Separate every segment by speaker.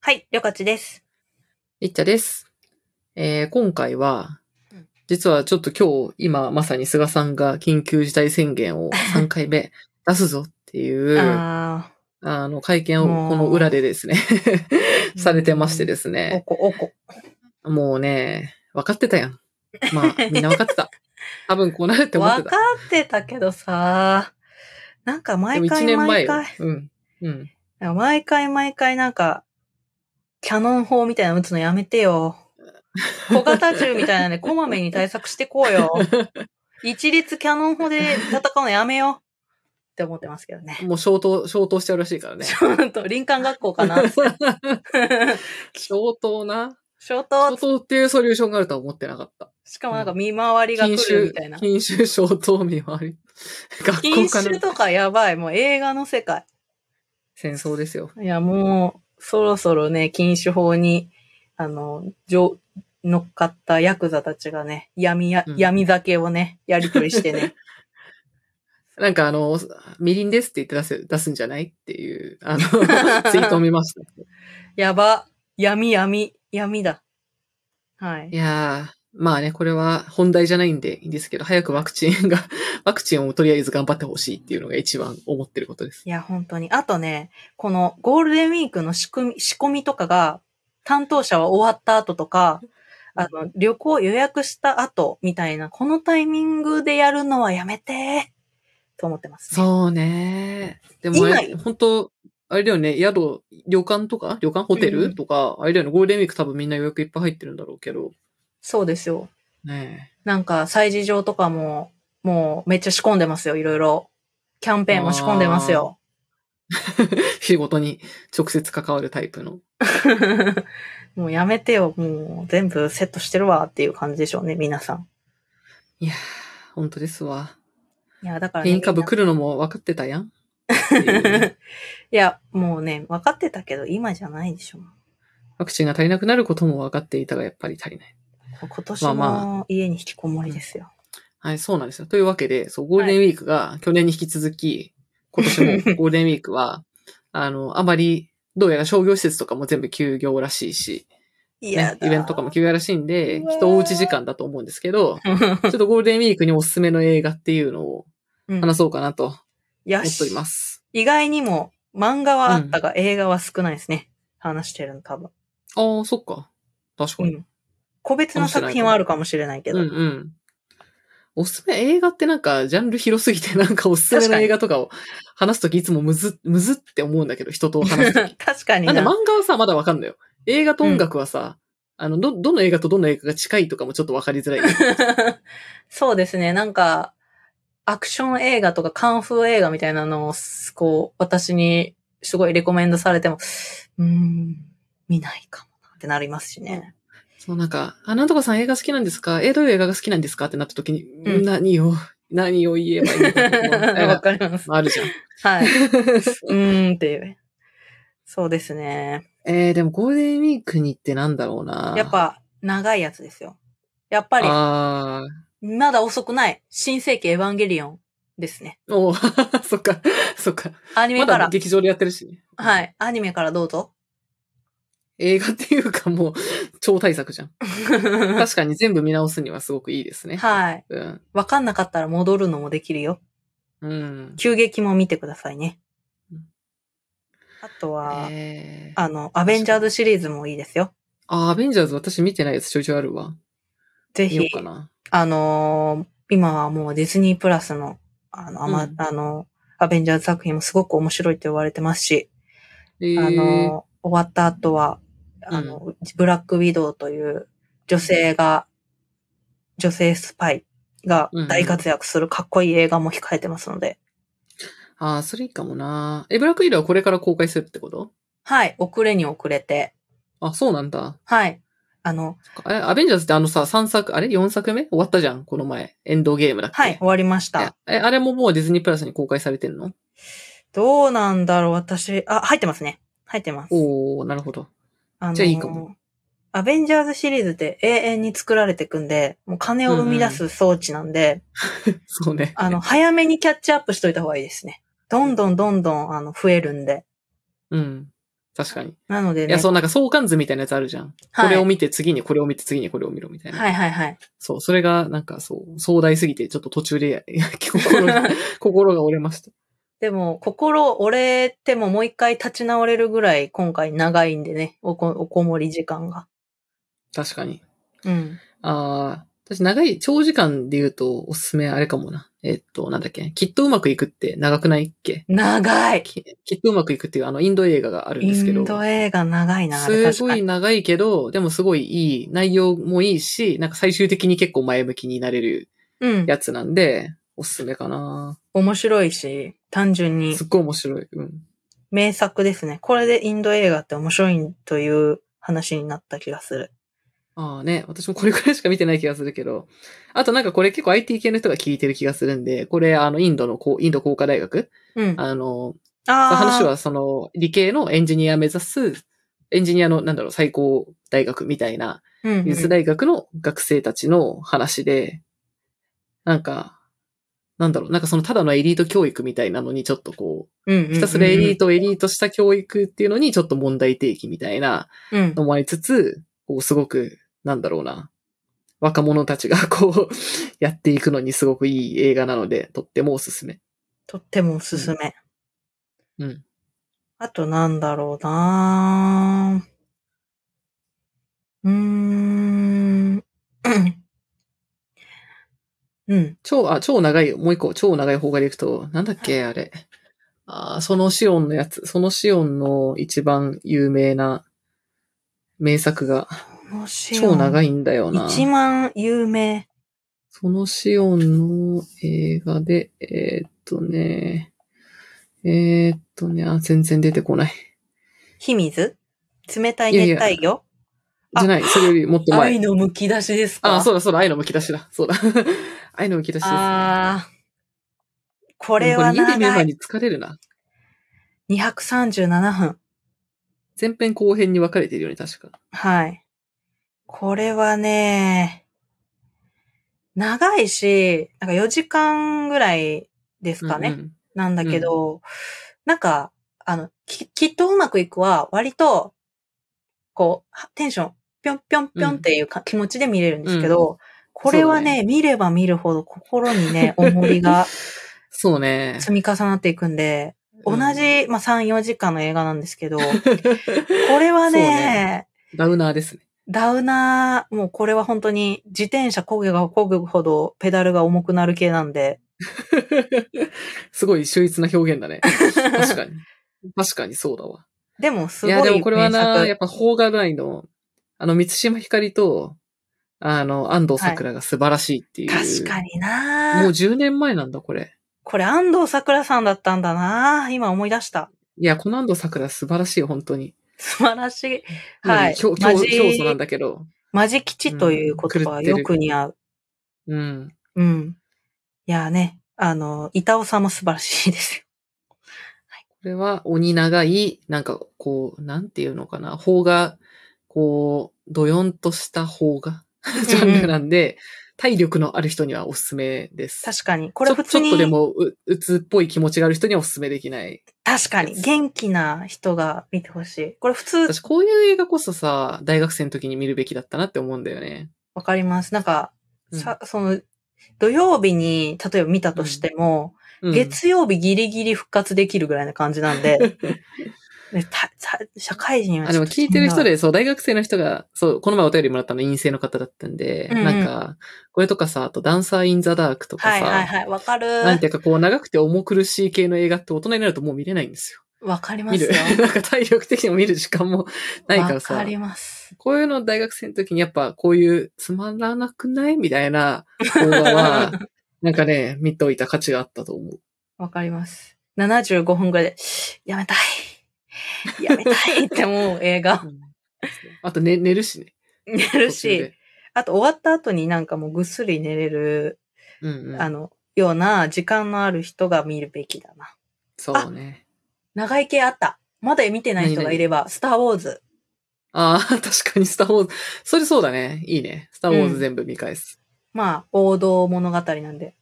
Speaker 1: はい、りょかちです。
Speaker 2: いっちゃです。えー今回は
Speaker 1: うん、
Speaker 2: 実はちょっと今日、今まさに菅さんが緊急事態宣言を3 回目出すぞっていう、あ
Speaker 1: あ
Speaker 2: の、会見
Speaker 1: も
Speaker 2: を
Speaker 1: う
Speaker 2: この裏でですね、
Speaker 1: ー。
Speaker 2: されてましてですす
Speaker 1: お
Speaker 2: ね、
Speaker 1: こ、おこ。
Speaker 2: もうね、分かってたやん。まあ、みんな分かって た。多分こうなるって思って
Speaker 1: わか
Speaker 2: た。
Speaker 1: ってたけどさ、なんか
Speaker 2: でも
Speaker 1: 毎
Speaker 2: 1
Speaker 1: 回
Speaker 2: 年前
Speaker 1: 毎
Speaker 2: よ
Speaker 1: 回、。
Speaker 2: うん。うん。
Speaker 1: 毎回毎回なんか、キャノン砲みたいなの打つのやめて よ。小型銃みたいなね、こまめに対策してこうよ。一律キャノン砲で戦うのやめよう。って思ってますけどね。
Speaker 2: もう消灯、消灯しちゃうらしいからね。
Speaker 1: ちょっと、林間学校か な。
Speaker 2: 消灯な。
Speaker 1: 消
Speaker 2: 消
Speaker 1: 灯、
Speaker 2: 灯っていうソリューションがあるとは思ってなかった。
Speaker 1: しかもなんか見回りが来
Speaker 2: 禁
Speaker 1: る
Speaker 2: 酒
Speaker 1: みたいな、。
Speaker 2: 禁酒消灯見回り。
Speaker 1: 禁
Speaker 2: 学校か
Speaker 1: 酒
Speaker 2: ら
Speaker 1: とかやばい。もう映画の世界。
Speaker 2: 戦争ですよ。
Speaker 1: いや、もう、そろそろね、禁酒法に、あの、乗乗っかったヤクザたちがね、闇や、
Speaker 2: うん
Speaker 1: 闇酒をね、やりとりして ね。
Speaker 2: なんかあの、みりんですって言って出せ、出すんじゃないっていう、 あの、ツイートを見ました。
Speaker 1: やば、闇闇、闇だ。はい
Speaker 2: い。やー、まあね、これは本題じゃないんでいいんですけど、早くワクチンが、 ワクチンをとりあえず頑張ってほしいっていうのが一番思ってることです。
Speaker 1: いや、本当に。あとね、このゴールデンウィークの仕組み、仕込みとかが、担当者は終わった後とか、あの、旅行予約した後みたいな、このタイミングでやるのはやめて、と思ってます、ね。
Speaker 2: そうね。でもあれ、
Speaker 1: 今
Speaker 2: 本当あれだよね、宿、旅館とか、旅館、ホテ
Speaker 1: うん
Speaker 2: ルとか、あれだよね、ゴールデンウィーク多分みんな予約いっぱい入ってるんだろうけど、
Speaker 1: そうですよ。
Speaker 2: ね
Speaker 1: なんか、催事場とかも、もうめっちゃ仕込んでますよ、いろいろ。キャンペーンも仕込んでますよ。
Speaker 2: え仕事に直接関わるタイプの。
Speaker 1: もうやめてよ、もう全部セットしてるわっていう感じでしょうね、皆さん。
Speaker 2: いやー、本当ですわ。
Speaker 1: いや、だから、ね、
Speaker 2: 変異株
Speaker 1: みんな
Speaker 2: 来るのも分かってたやん。 っていう
Speaker 1: いや、もうね、分かってたけど、今じゃないでしょ。
Speaker 2: ワクチンが足りなくなることも分かっていたが、やっぱり足りない。
Speaker 1: 今年
Speaker 2: まあ
Speaker 1: の家に引きこもりですよ。
Speaker 2: はい、そうなんですよ。というわけで、そう、ゴールデンウィークが去年に引き続き、今 年もゴールデンウィークは、あの、あまり、どうやら商業施設とかも全部休業らしいし、
Speaker 1: いや
Speaker 2: ね、
Speaker 1: だ、
Speaker 2: イベントとかも休業らしいんで
Speaker 1: うわー、
Speaker 2: きっとおうち時間だと思うんですけど、ちょっとゴールデンウィークにおすすめの映画っていうのを
Speaker 1: うん
Speaker 2: 話そうかなと
Speaker 1: よ
Speaker 2: 思っており
Speaker 1: し
Speaker 2: ま。す。
Speaker 1: 意外にも漫画はあったが、映画は少ないですね。話してるの多分。
Speaker 2: ああ、そっか。確か
Speaker 1: う
Speaker 2: に。
Speaker 1: ん。個別の作品はあるかもしれないけ
Speaker 2: う
Speaker 1: ど。
Speaker 2: んうん。おすすめ映画ってなんか、ジャンル広すぎて、なんかおすすめの映画とかを話すときいつもむず、むずって思うんだけど、人と話す とき。
Speaker 1: 確かに
Speaker 2: なん
Speaker 1: な
Speaker 2: で漫画はさ、まだわかんないよ。映画と音楽はさ、あの、ど、どの映画とどの映画が近いとかもちょっとわかりづらい。
Speaker 1: そうですね。なんか、アクション映画とかカンフー映画みたいなのを、こう、私にすごいレコメンドされても、うーん、見ないかもなってなりますしね。
Speaker 2: そうなんか、あ、なんとかさん映画好きなんですかえ、どういう映画が好きなんですかってなったときに、
Speaker 1: うん
Speaker 2: 何を、何を言えばいいのか
Speaker 1: わかります。
Speaker 2: まああるじゃん。
Speaker 1: はい。うーんっていう。そうですね。
Speaker 2: えー、でもゴールデンウィークにってなんだろうな。
Speaker 1: やっ、ぱ、長いやつですよ。やっぱり、
Speaker 2: ああ、
Speaker 1: まだ遅くない。新世紀エヴァンゲリオンですね。
Speaker 2: おう そっか、そっか。
Speaker 1: アニメ
Speaker 2: ま
Speaker 1: から。
Speaker 2: だ劇場でやってるしね。
Speaker 1: はい。アニメからどうぞ。
Speaker 2: 映画っていうかもう、超大作じゃん。確かに全部見直すにはすごくいいです ね。
Speaker 1: はい。
Speaker 2: うん。
Speaker 1: わかんなかったら戻るのもできるよ。
Speaker 2: うん。
Speaker 1: 急激も見てくださいね
Speaker 2: うん。
Speaker 1: あとは、
Speaker 2: えー、
Speaker 1: あの、アベンジャーズシリーズもいいですよ。
Speaker 2: あ、アベンジャーズ私見てないやつちょいちょいあるわ。
Speaker 1: ぜ
Speaker 2: 見
Speaker 1: ひ
Speaker 2: よう、かな。
Speaker 1: あのー今はもうディズニープラスの、あの、あま
Speaker 2: うん
Speaker 1: あの、アベンジャーズ作品もすごく面白いって言われてますし、
Speaker 2: えー、
Speaker 1: あの、終わった後は、あの、ブラックウィドウという女性が、女性スパイが大活躍するかっこいい映画も控えてますので、
Speaker 2: あー、それいいかもな。え、ブラックイールはこれから公開するってこと
Speaker 1: はい、遅れに遅れて、
Speaker 2: あ、そうなんだ。
Speaker 1: はい、あの、
Speaker 2: そっかえ、アベンジャーズってあのさ、3作、あれ ?4 作目終わったじゃんこの前。エンドゲームだっけ
Speaker 1: はい、。終わりました。
Speaker 2: え、あれももうディズニープラスに公開されてんの
Speaker 1: どうなんだろう、私。あ、入ってますね。入ってます。
Speaker 2: おー、なるほど。
Speaker 1: あのー
Speaker 2: じゃあいいかも。
Speaker 1: アベンジャーズシリーズって永遠に作られていくんで、もう金を生み出す装置なんで、
Speaker 2: そうね。
Speaker 1: あ の、早めにキャッチアップしといた方がいいですね。どんどんどんどん、あの、増えるんで。
Speaker 2: うん。確かに。
Speaker 1: なので
Speaker 2: い
Speaker 1: ね。
Speaker 2: や、そう、なんか相関図みたいなやつあるじゃん。
Speaker 1: はい
Speaker 2: これを見て、次にこれを見て、次にこれを見ろみたいな。
Speaker 1: はいはいはい。
Speaker 2: そう、それが、なんかそう、壮大すぎて、ちょっと途中で、 いや心が、心が折れました。
Speaker 1: でも、心折れてももう一回立ち直れるぐらい今回長いんでね、おこ、おこもり時間が。
Speaker 2: 確かに。
Speaker 1: うん。
Speaker 2: ああ、私長い、長時間で言うと、おすすめあれかもな。えっと、なんだっけ、きっとうまくいくって長くないっけ
Speaker 1: 長い
Speaker 2: ききっとうまくいくっていうあの、インド映画があるん
Speaker 1: イ
Speaker 2: ですけど。
Speaker 1: ンド映画長いな、あれ確
Speaker 2: すご
Speaker 1: か
Speaker 2: い
Speaker 1: に。
Speaker 2: 長いけど、でもすごいいい、内容もいいし、なんか最終的に結構前向きになれる
Speaker 1: うん。
Speaker 2: やつなんで、おすすめかな。
Speaker 1: 面白いし、単純に
Speaker 2: すっごい面白い。うん。
Speaker 1: 名作ですね。これでインド映画って面白いという話になった気がする。
Speaker 2: ああね、私もこれくらいしか見てない気がするけど。あとなんかこれ結構 IT 系の人が聞いてる気がするんで、これあのインドのこう、インド工科大学
Speaker 1: うん。
Speaker 2: あの、
Speaker 1: あー
Speaker 2: 話はその理系のエンジニア目指す、エンジニアのなんだろう、最高大学みたいな、
Speaker 1: うんうん
Speaker 2: 技術大学の学生たちの話で、なんか、なんだろう、なんかそのただのエリート教育みたいなのにちょっとこ
Speaker 1: うんうんうん
Speaker 2: う、ひたすらエリート、エリートした教育っていうのにちょっと問題提起みたいな
Speaker 1: うん
Speaker 2: のもありつつ、こうすごく、なんだろうな、若者たちが こう、やっていくのにすごくいい映画なので、とってもおすすめ。
Speaker 1: とってもおすすめ。
Speaker 2: うん。
Speaker 1: あとなんだろうなぁうーん。うん。
Speaker 2: 超、あ、超長い、もう一個、超長い方がでいくと、なんだっけ、あれ。あーそのシオンのやつ、そのシオンの一番有名な名作が、
Speaker 1: もし
Speaker 2: 超長
Speaker 1: い
Speaker 2: いんだよな。
Speaker 1: 一番有名。
Speaker 2: そのシオンの映画で、えーっとね、えーっとね、あ、全然出てこない。
Speaker 1: 秘密冷たい熱帯魚
Speaker 2: いじゃない、それよりもっと前
Speaker 1: 愛。の剥き出しですか
Speaker 2: あ、そうだそうだ、愛の剥き出しだ。 そうだ。愛の剥き出しです、ね。
Speaker 1: あーこ
Speaker 2: こ
Speaker 1: れは
Speaker 2: これ見るメン
Speaker 1: 長
Speaker 2: バー
Speaker 1: い。
Speaker 2: に疲れるな。
Speaker 1: 237分。
Speaker 2: 前編後編に分かれてるよね、確か。
Speaker 1: はい。これはね、長いし、なんか4時間ぐらいですかね。
Speaker 2: うんうん
Speaker 1: なんだけど、なんか、あの、き、きっとうまくいくは、割と、こう、はテンション、ぴょんぴょんぴょんっていうか、気持ちで見れるんですけど、これはね見れば見るほど心にね、重りが
Speaker 2: そうね。
Speaker 1: 積み重なっていくんで、同じ、まあ、3、4時間の映画なんですけ ど、これは
Speaker 2: そ
Speaker 1: ね
Speaker 2: うね、ダウナーですね。
Speaker 1: ダウナー、もうこれは本当に自転車漕げが漕ぐほどペダルが重くなる系なんで、
Speaker 2: すごい秀逸な表現だね。確 かに。確かにそうだわ。
Speaker 1: でもす
Speaker 2: い
Speaker 1: ごい
Speaker 2: や、でもこれは
Speaker 1: 名
Speaker 2: な、
Speaker 1: 作
Speaker 2: やっぱ、邦画内の、あの、三島ひかりと、あの、安藤桜が素晴らしいっていう。
Speaker 1: 確かに
Speaker 2: もう
Speaker 1: な
Speaker 2: 10年前なんだ、これ。
Speaker 1: これ安藤桜さんだったんだな今思い出した。
Speaker 2: いや、この安藤桜素晴らしい、本当に。
Speaker 1: 素晴らしい。はい
Speaker 2: 今日、
Speaker 1: マ
Speaker 2: 今
Speaker 1: ジ
Speaker 2: 日、今日なんだけど。
Speaker 1: マジ吉という言葉はよく似合う。
Speaker 2: うん。
Speaker 1: うん。いやね、あの、板尾さんも素晴らしい ですよ。
Speaker 2: これは、鬼長い、なんか、こう、なんていうのかな、邦画、こう、どよんとした邦画、ジャンルなんで、体力のある人にはおすすめです。
Speaker 1: 確かに。これ普通に
Speaker 2: ちょちょっとでもう、うつっぽい気持ちがある人にはお勧めできない。
Speaker 1: 確かに元気な人が見てほしい。これ普通
Speaker 2: 私、こういう映画こそさ、大学生の時に見るべきだったなって思うんだよね。
Speaker 1: わかります。なんか、
Speaker 2: うん
Speaker 1: さ、その、土曜日に、例えば見たとしても、
Speaker 2: うん
Speaker 1: 月曜日ギリギリ復活できるぐらいな感じなん で、でたた社会人は
Speaker 2: あ、
Speaker 1: ち
Speaker 2: で
Speaker 1: ょ
Speaker 2: も
Speaker 1: っとしん
Speaker 2: 聞い
Speaker 1: ど
Speaker 2: てる人
Speaker 1: い。
Speaker 2: で、そう、大学生の人が、そう、この前お便りもらったの陰性の方だったんで、
Speaker 1: うんうん
Speaker 2: なんか、これとかさ、あとダンサーインザダークとか
Speaker 1: は
Speaker 2: さ、
Speaker 1: いはいはい、わかる。
Speaker 2: なんていうかこう、長くて重苦しい系の映画って大人になるともう見れないんですよ。
Speaker 1: わかりま
Speaker 2: 見
Speaker 1: す
Speaker 2: る
Speaker 1: よ。。
Speaker 2: なんか体力的にも見る時間もないから
Speaker 1: わ
Speaker 2: さ。
Speaker 1: かります。
Speaker 2: こういうの大学生の時にやっぱこういうつまらなくないみたいな動画は、 なんかね、見といた価値があったと思う。
Speaker 1: わかります。75分ぐらいで、やめたい。やめたいって思う映画
Speaker 2: あと寝、寝るしね。
Speaker 1: 寝る
Speaker 2: 途中
Speaker 1: し
Speaker 2: で、。
Speaker 1: あと終わった後になんかもうぐっすり寝れる、
Speaker 2: うんう
Speaker 1: あ
Speaker 2: ん。
Speaker 1: の、ような時間のある人が見るべきだな。
Speaker 2: そうね。
Speaker 1: 長い系あった。まだ見てない人がいれば、スターウォーズ。
Speaker 2: ああ、確かにスター ウォーズ。それそうだね。いいね。スターウォーズ全部見返す。
Speaker 1: まあ、王道物語なんで。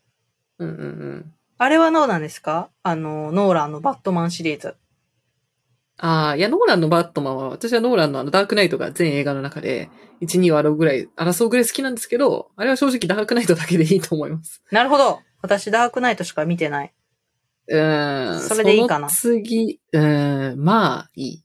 Speaker 2: うん、うん、うんうんうん
Speaker 1: あれはどうなんですかあの、ノーランのバットマンシリーズ。
Speaker 2: ああ、いや、ノーランのバットマンは、私はノーランのあの、ダークナイトが全映画の中で、1、2を争うぐらい、争うぐらい好きなんですけど、あれは正直ダークナイトだけでいいと思います。
Speaker 1: なるほど。私、ダークナイトしか見てない。
Speaker 2: うーん。
Speaker 1: それでいいかな
Speaker 2: その次、うーん、まあ、いい。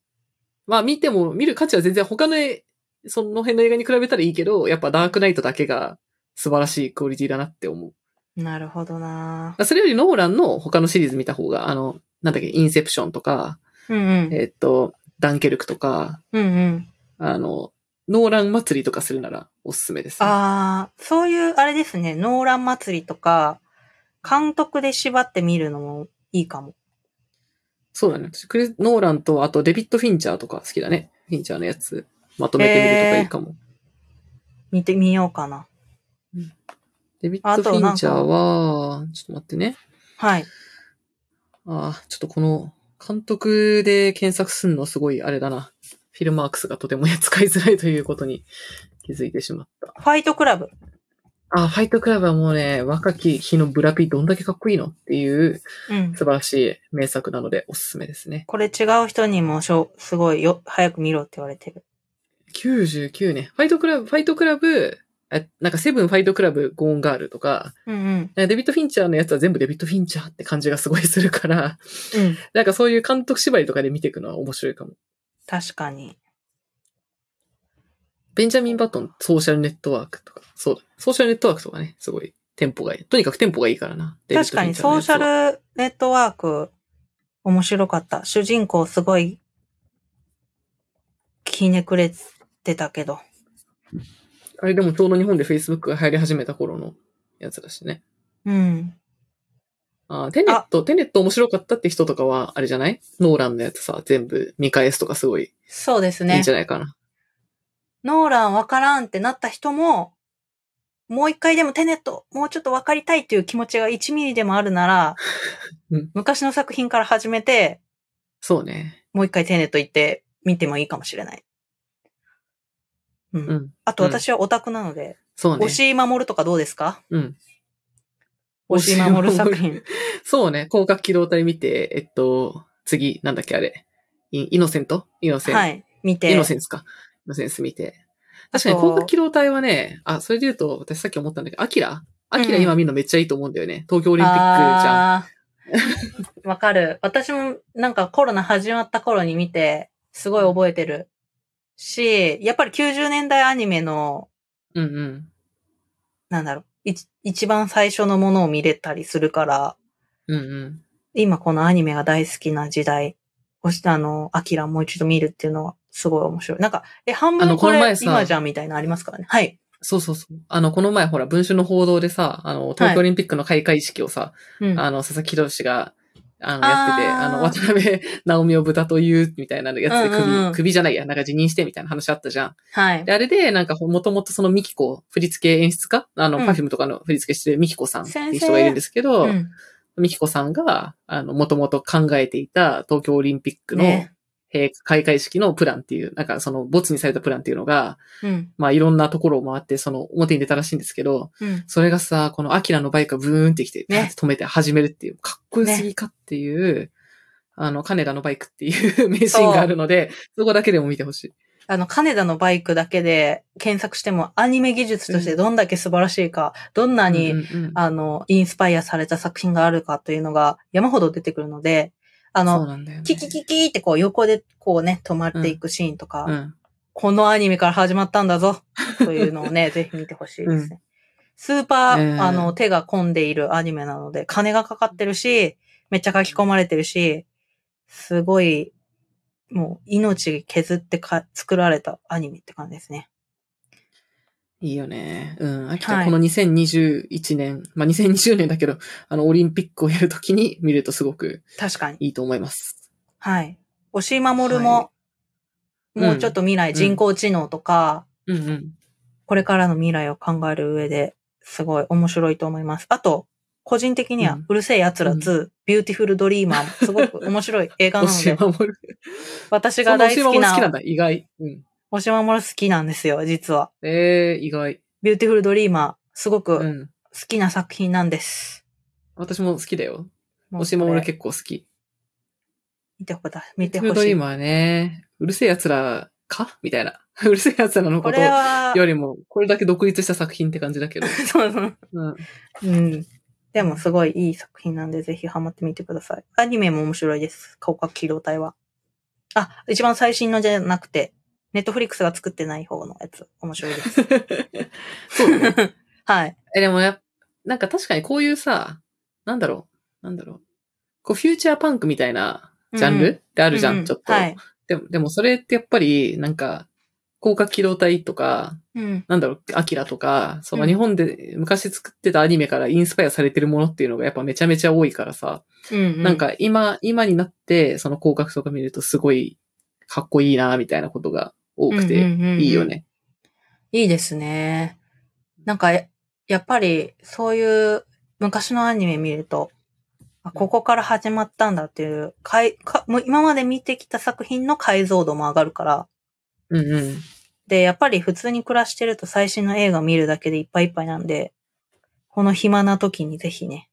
Speaker 2: まあ、見ても、見る価値は全然他の絵、その辺の映画に比べたらいいけど、やっぱダークナイトだけが素晴らしいクオリティだなって思う。
Speaker 1: なるほどな
Speaker 2: それよりノーランの他のシリーズ見た方が、あの、なんだっけ、インセプションとか、
Speaker 1: うんうん。
Speaker 2: えっと、ダンケルクとか、
Speaker 1: うんうん。
Speaker 2: あの、ノーラン祭りとかするならおすすめです、ね。
Speaker 1: ああ、そういう、あれですね、ノーラン祭りとか、監督で縛って見るのもいいかも。
Speaker 2: そうだね。私クリスノーランと、あとデビッド・フィンチャーとか好きだね。フィンチャーのやつ、まとめてみるとかいいかも。
Speaker 1: 見てみようかな。
Speaker 2: デビッド・フィンチャーは、ちょっと待ってね。
Speaker 1: はい。
Speaker 2: ああ、ちょっとこの、監督で検索するのすごいあれだな。フィルマークスがとても扱いづらいということに気づいてしまった。
Speaker 1: ファイトクラブ。
Speaker 2: あ、ファイトクラブはもうね、若き日のブラピどんだけかっこいいのっていう
Speaker 1: うん。
Speaker 2: 素晴らしい名作なのでおすすめですね。
Speaker 1: これ違う人にもしょ、すごいよ、早く見ろって言われてる。
Speaker 2: 99年。ファイトクラブ、ファイトクラブ、えなんかセブンファイトクラブ、ゴーンガールとか、
Speaker 1: うんうん。
Speaker 2: デビッド・フィンチャーのやつは全部デビッド・フィンチャーって感じがすごいするから、
Speaker 1: うん。
Speaker 2: なんかそういう監督縛りとかで見ていくのは面白いかも。
Speaker 1: 確かに。
Speaker 2: ベンジャミン・バトン、ソーシャルネットワークとか、そうだ。ソーシャルネットワークとかね、すごい、テンポがいい。とにかくテンポがいいからな。デビッ
Speaker 1: 確
Speaker 2: ドフ
Speaker 1: か
Speaker 2: ィン
Speaker 1: に
Speaker 2: チャの
Speaker 1: ソー
Speaker 2: やつ
Speaker 1: シ
Speaker 2: は
Speaker 1: ャルネットワーク、面白かった。主人公すごい、ひねくれてたけど。
Speaker 2: あれでもちょうど日本で Facebook が入り始めた頃のやつだしね。
Speaker 1: うん。
Speaker 2: あーテネット、テネット面白かったって人とかは、あれじゃないノーランのやつさ、全部見返すとかすごい
Speaker 1: そうです
Speaker 2: いいん
Speaker 1: ね
Speaker 2: じ。ゃないかな。
Speaker 1: ノーランわからんってなった人も、もう一回でもテネット、もうちょっとわかりたいっていう気持ちが1ミリでもあるなら、
Speaker 2: うん
Speaker 1: 昔の作品から始めて、
Speaker 2: そうね。
Speaker 1: もう一回テネット行って見てもいいかもしれない。うん。
Speaker 2: うん。
Speaker 1: あと私はオタクなので、
Speaker 2: そうね。
Speaker 1: 押井守とかどうですか
Speaker 2: うん。
Speaker 1: 押井守作品。
Speaker 2: そうね。広角機動隊見て、えっと、次、なんだっけあれ。イイノセントイノセント。
Speaker 1: はい。見て。
Speaker 2: イノセンスか。イノセンス見て。確かに、
Speaker 1: あと
Speaker 2: 広角機動隊はね、あ、それで言うと、私さっき思ったんだけど、アキラアキラ
Speaker 1: うん
Speaker 2: 今見るのめっちゃいいと思うんだよね。東京オリンピックじゃん。
Speaker 1: あーわかる。私もなんかコロナ始まった頃に見て、すごい覚えてる。し、やっぱり90年代アニメの、
Speaker 2: うんうん。
Speaker 1: なんだろう、い一番最初のものを見れたりするから、
Speaker 2: うんうん。
Speaker 1: 今このアニメが大好きな時代、そしてあの、アキラもう一度見るっていうのはすごい面白い。なんか、え、半
Speaker 2: あ
Speaker 1: 分
Speaker 2: の
Speaker 1: こ
Speaker 2: この
Speaker 1: れ
Speaker 2: 前さ
Speaker 1: 今じゃんみたいなのありますからね。はい。
Speaker 2: そうそうそう。あの、この前ほら、文春の報道でさ、あの、東京オリンピックの開会式をさ、
Speaker 1: うん
Speaker 2: あの、佐々木宏が、あの、やってて、
Speaker 1: あー
Speaker 2: あの、渡辺直美を豚と言う、みたいなやつで首、
Speaker 1: うんうんうん
Speaker 2: 首じゃないや、なんか辞任してみたいな話あったじゃん。
Speaker 1: はい
Speaker 2: で、。あれで、なんか、もともとそのミキコ、振り付け演出家あの、
Speaker 1: うん
Speaker 2: パフィムとかの振り付けしてるミキコさんっていう
Speaker 1: 先
Speaker 2: 人
Speaker 1: 生
Speaker 2: がいるんですけど、
Speaker 1: うん
Speaker 2: ミキコさんが、あの、もともと考えていた東京オリンピックの、
Speaker 1: ね
Speaker 2: 閉開会式のプランっていう、なんかその、ボツにされたプランっていうのが、
Speaker 1: うん。
Speaker 2: まあ、いろんなところを回って、その、表に出たらしいんですけど、
Speaker 1: うん。
Speaker 2: それがさ、このアキラのバイクがブーンってきて、
Speaker 1: ね
Speaker 2: 止めて始めるっていう、かっこよすぎかっていう、あの、金田のバイクっていう 名シーンがあるので、そこだけでも見てほしい。
Speaker 1: あの、金田のバイクだけで検索してもアニメ技術としてどんだけ素晴らしいか、どんなに、
Speaker 2: うんうんうん
Speaker 1: あの、インスパイアされた作品があるかというのが山ほど出てくるので、あ
Speaker 2: そ
Speaker 1: の
Speaker 2: う、なんだよね。
Speaker 1: キキキキってこう横でこうね、止まっていくシーンとか、
Speaker 2: うん。
Speaker 1: このアニメから始まったんだ ぞ、というのをね、ぜひ見てほしいですね。スーパー、
Speaker 2: うん
Speaker 1: あの、手が込んでいるアニメなので、金がかかってるし、めっちゃ書き込まれてるし、すごい、もう命削ってか作られたアニメって感じですね。
Speaker 2: いいよね。うん。秋田、
Speaker 1: はい
Speaker 2: この2021年、まあ、2020年だけど、あの、オリンピックをやるときに見るとすごく
Speaker 1: 確かに。
Speaker 2: いいと思います。
Speaker 1: はい。押井守も、
Speaker 2: は
Speaker 1: もうちょっと未来、
Speaker 2: ん
Speaker 1: 人工知能とか、
Speaker 2: うんうん。
Speaker 1: これからの未来を考える上ですごい面白いと思います。あと、個人的には、
Speaker 2: う
Speaker 1: うんるせえ奴ら2、ビューティフルドリーマーもすごく面白い映画なの
Speaker 2: 押し
Speaker 1: で、
Speaker 2: 守る。
Speaker 1: 私
Speaker 2: そ
Speaker 1: が
Speaker 2: んな
Speaker 1: 大
Speaker 2: 押し
Speaker 1: 好
Speaker 2: 守
Speaker 1: き
Speaker 2: る好きなん
Speaker 1: な、
Speaker 2: だ、意外。うん。
Speaker 1: 押し守る好きなんですよ、実は。
Speaker 2: ええー、意外。
Speaker 1: ビューティフルドリーマー、すご
Speaker 2: う
Speaker 1: く
Speaker 2: ん。
Speaker 1: 好きな作品なんです。
Speaker 2: 私も好きだよ。
Speaker 1: もう
Speaker 2: 押し守る
Speaker 1: これ
Speaker 2: 結構好き。
Speaker 1: 見てほだ見て
Speaker 2: トゥ
Speaker 1: ほ
Speaker 2: ード
Speaker 1: し
Speaker 2: リー
Speaker 1: い。
Speaker 2: ムはね、うるせえ奴らかみたいな。 うるせえ奴らの
Speaker 1: こ
Speaker 2: こと
Speaker 1: れは、
Speaker 2: よりも、これだけ独立した作品って感じだけ ど。
Speaker 1: そうそう。
Speaker 2: うん。
Speaker 1: うん。でもすごいいい作品なんで、ぜひハマってみてください。アニメも面白いです。広角機動隊は。あ、一番最新のじゃなくて、ネットフリックスが作ってない方のやつ、面白いです。
Speaker 2: そうだね。
Speaker 1: はい。
Speaker 2: え、でもやっ、なんか確かにこういうさ、なんだろう、なんだろう。こう、フューチャーパンクみたいなジャン
Speaker 1: うんう
Speaker 2: ルってあるじゃん、
Speaker 1: うう
Speaker 2: ちょっと。
Speaker 1: はい。
Speaker 2: でも、でもそれってやっぱり、なんか、高架機動隊とか、
Speaker 1: うん。
Speaker 2: なんだろう、アキラとか、その
Speaker 1: うん
Speaker 2: 日本で昔作ってたアニメからインスパイアされてるものっていうのがやっぱめちゃめちゃ多いからさ、
Speaker 1: うん、うん。
Speaker 2: なん、か今、今になって、その広角とか見るとすごいかっこいいな、みたいなことが多くて、いいよ。ね。
Speaker 1: いいですね。なんか、ややっぱり、そういう昔のアニメ見ると、あここから始まったんだっていう、かいかもう今まで見てきた作品の解像度も上がるから、
Speaker 2: うんうん。
Speaker 1: で、やっぱり普通に暮らしてると最新の映画見るだけでいっぱいいっぱいなんで、この暇な時にぜひね。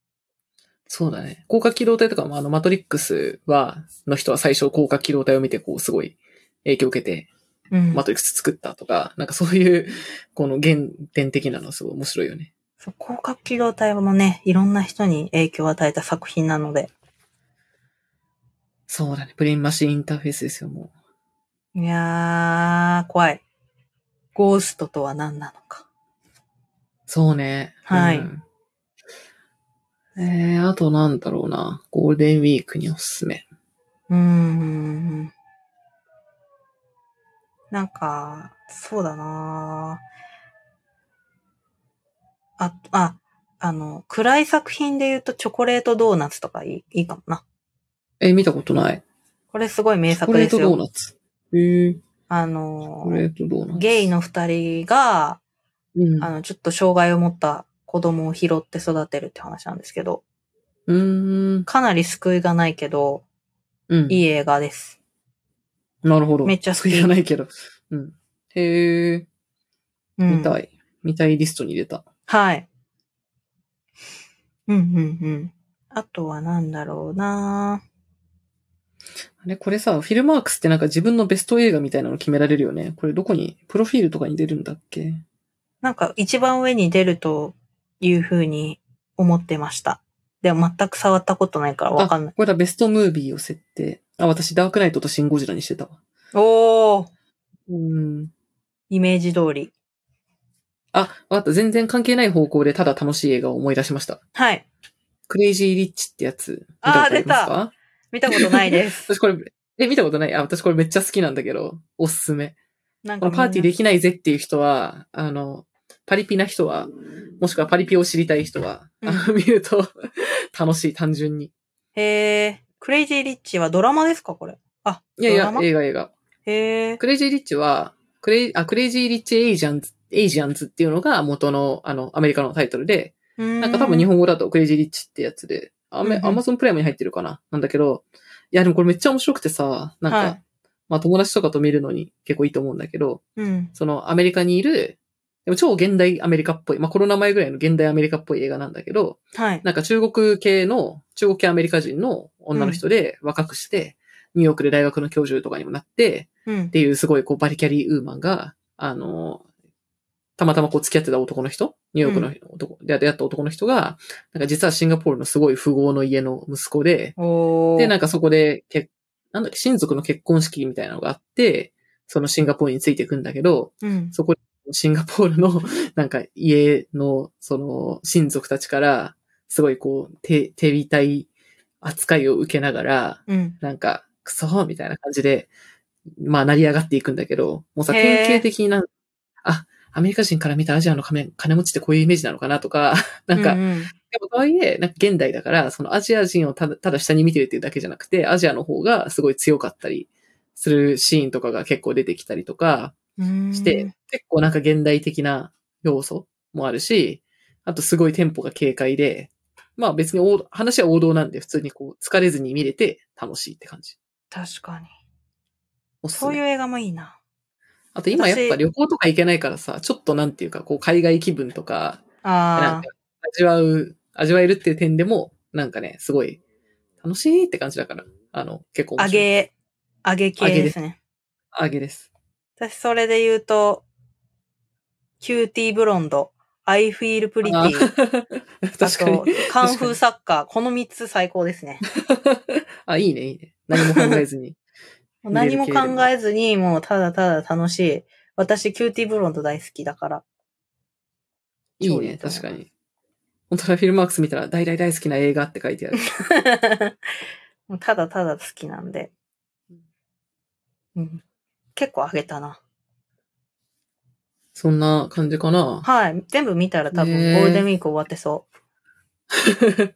Speaker 2: そうだね。高架機動隊とかも、あの、マトリックスは、の人は最初高架機動隊を見て、こう、すごい影響を受けて、
Speaker 1: うん。
Speaker 2: マトリックス作ったとか、 なんかそういう、この原点的なのはすごい面白いよね。
Speaker 1: そう広角機動隊もね、いろんな人に影響を与えた作品なので。
Speaker 2: そうだね。プレインマシンインターフェースですよ、も
Speaker 1: いやー、怖い。ゴーストとは何なのか。
Speaker 2: う。そうね。
Speaker 1: はい
Speaker 2: うんえー、あとなんだろうな。ゴールデンウィークにおすすめ。
Speaker 1: うーん。なんか、そうだなーあ、あ、あの、暗い作品で言うとチョコレートドーナツとかいいいいかもな。
Speaker 2: えー見たことない。
Speaker 1: これすごい名
Speaker 2: チョ
Speaker 1: 作
Speaker 2: コ
Speaker 1: で
Speaker 2: レー
Speaker 1: す
Speaker 2: トドー
Speaker 1: よ。
Speaker 2: ナツ。えー、チ
Speaker 1: あ
Speaker 2: ョ
Speaker 1: の
Speaker 2: コ、レートドーナツ。
Speaker 1: ゲイの二人が、
Speaker 2: うん。
Speaker 1: あ
Speaker 2: う
Speaker 1: の、ちょっと障害を持った子供を拾って育てるって話なんですけど、
Speaker 2: ーん。
Speaker 1: かなり救いがないけど、
Speaker 2: うん。
Speaker 1: いい映画です。
Speaker 2: なるほど。
Speaker 1: めっちゃ好き
Speaker 2: 好きじゃないけど。うん。へえ、
Speaker 1: うん、
Speaker 2: 見たい。見たいリストに入れた。
Speaker 1: はい。うん、うん、うん。あとはなんだろうな
Speaker 2: あれ、これさ、フィルマークスってなんか自分のベスト映画みたいなの決められるよね。これどこに、プロフィールとかに出るんだっけ
Speaker 1: なんか一番上に出るというふうに思ってました。でも全く触ったことないからわかんない。
Speaker 2: これだ、ベストムービーを設定。あ、私、ダークナイトとシン・ゴジラにしてたわ。
Speaker 1: おー
Speaker 2: うん。
Speaker 1: イメージ通り。
Speaker 2: あ、わかった。全然関係ない方向でただ楽しい映画を思い出しました。
Speaker 1: はい。
Speaker 2: クレイジー・リッチってやつ。
Speaker 1: あー
Speaker 2: 見ことりますか
Speaker 1: 見たことないで す。
Speaker 2: 私これ、え、見たことないあ、私これめっちゃ好きなんだけど、おすすめ。
Speaker 1: なん
Speaker 2: こ
Speaker 1: か
Speaker 2: のパーティーできないぜっていう人は、あの、パリピな人は、もしくはパリピを知りたい人は、
Speaker 1: うん
Speaker 2: あの見ると 楽しい、単純に。
Speaker 1: へークレイジーリッチはドラマですかこれ。あ、
Speaker 2: いやい
Speaker 1: ドラ
Speaker 2: や、
Speaker 1: マ
Speaker 2: 映画映画。
Speaker 1: へー
Speaker 2: クレイジーリッチは、クレイ、あ、クレイジーリッチエイジアンズ、エイジアンズっていうのが元の、あの、アメリカのタイトルで、
Speaker 1: な
Speaker 2: なんか多分日本語だとクレイジーリッチってやつで、ア
Speaker 1: う
Speaker 2: メ、
Speaker 1: んうん
Speaker 2: アマゾンプライムに入ってるかななんだけど、いや、でもこれめっちゃ面白くてさ、なんか、
Speaker 1: はい
Speaker 2: まあ友達とかと見るのに結構いいと思うんだけど、
Speaker 1: うん。
Speaker 2: そのアメリカにいる、でも超現代アメリカっぽい、まあコロナ前ぐらいの現代アメリカっぽい映画なんだけど、
Speaker 1: はい。
Speaker 2: なんか中国系の、中国系アメリカ人の女の人で若くして、ニューヨークで大学の教授とかにもなって、
Speaker 1: うん
Speaker 2: っ。ていうすごいこうバリキャリーウーマンが、あの、たまたまこう付き合ってた男の人、ニューヨークの男、で出会った男の人が、なんか実はシンガポールのすごい富豪の家の息子で、
Speaker 1: おー
Speaker 2: で、なんかそこで、けなんだっけ、親族の結婚式みたいなのがあって、そのシンガポールについていくんだけど、
Speaker 1: うん。
Speaker 2: そこでシンガポールの、 なんか家の、その、親族たちから、すごいこう、手、手痛い扱いを受けながら、
Speaker 1: うん。
Speaker 2: なんか、クソみたいな感じで、まあ、成り上がっていくんだけど、もうさ、
Speaker 1: へー
Speaker 2: 典型的な、あ、アメリカ人から見たアジアの金金持ちってこういうイメージなのかなとか、なんか、
Speaker 1: ううん
Speaker 2: でもとはいえ、なんか現代だから、そのアジア人をただただ下に見てるっていうだけじゃなくて、アジアの方がすごい強かったりするシーンとかが結構出てきたりとか、
Speaker 1: うん
Speaker 2: して、結構なんか現代的な要素もあるし、あとすごいテンポが軽快で、まあ別に王道話は王道なんで普通にこう疲れずに見れて楽しいって感じ。
Speaker 1: 確かに。
Speaker 2: おすす
Speaker 1: そういう
Speaker 2: め。
Speaker 1: 映画もいいな。
Speaker 2: あと今やっ
Speaker 1: 私
Speaker 2: ぱ旅行とか行けないからさ、ちょっとなんていうかこう海外気分とか、な
Speaker 1: あ
Speaker 2: んか味わう、味わえるっていう点でも、なんかね、すごい楽しいって感じだから、あの、結構面
Speaker 1: 揚
Speaker 2: 白い。
Speaker 1: げ、揚げ系ですね。
Speaker 2: 揚げです。
Speaker 1: 私それで言うと、キューティーブロンド、アイフィールプリテ
Speaker 2: あ
Speaker 1: ィ、
Speaker 2: ー
Speaker 1: あ
Speaker 2: 確かに
Speaker 1: と。、カンフーサッカー、この3つ最高ですね。
Speaker 2: あ、いいね、いいね。何も考えずに。
Speaker 1: もう何も考えずに、もうただただ楽しい。私、キューティーブロンド大好きだから。
Speaker 2: いい
Speaker 1: 超い
Speaker 2: ね、
Speaker 1: いと思
Speaker 2: 確
Speaker 1: う
Speaker 2: かに。本当だ、フィルマークス見たら、大大大好きな映画って書いてある。
Speaker 1: もうただただ好きなんで。うん、結構あげたな。
Speaker 2: そんな感じかな。
Speaker 1: はい。全部見たら多分
Speaker 2: ね
Speaker 1: ゴ
Speaker 2: え
Speaker 1: ールデンウィーク終わってそ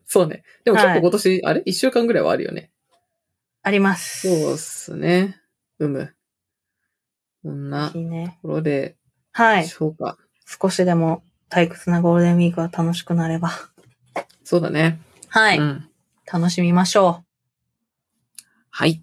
Speaker 2: そうね。でも結
Speaker 1: は
Speaker 2: 構
Speaker 1: い
Speaker 2: 今年、あれ一週間ぐらいはあるよね。
Speaker 1: う。あります。
Speaker 2: そうっすね。うむ。こんな
Speaker 1: ぜ
Speaker 2: と
Speaker 1: ひね。
Speaker 2: ころで
Speaker 1: はい。
Speaker 2: しょうか。
Speaker 1: 少しでも退屈なゴールデンウィークは楽しくなれば。
Speaker 2: そうだね。
Speaker 1: はい。
Speaker 2: うん。
Speaker 1: 楽しみましょう。
Speaker 2: はい。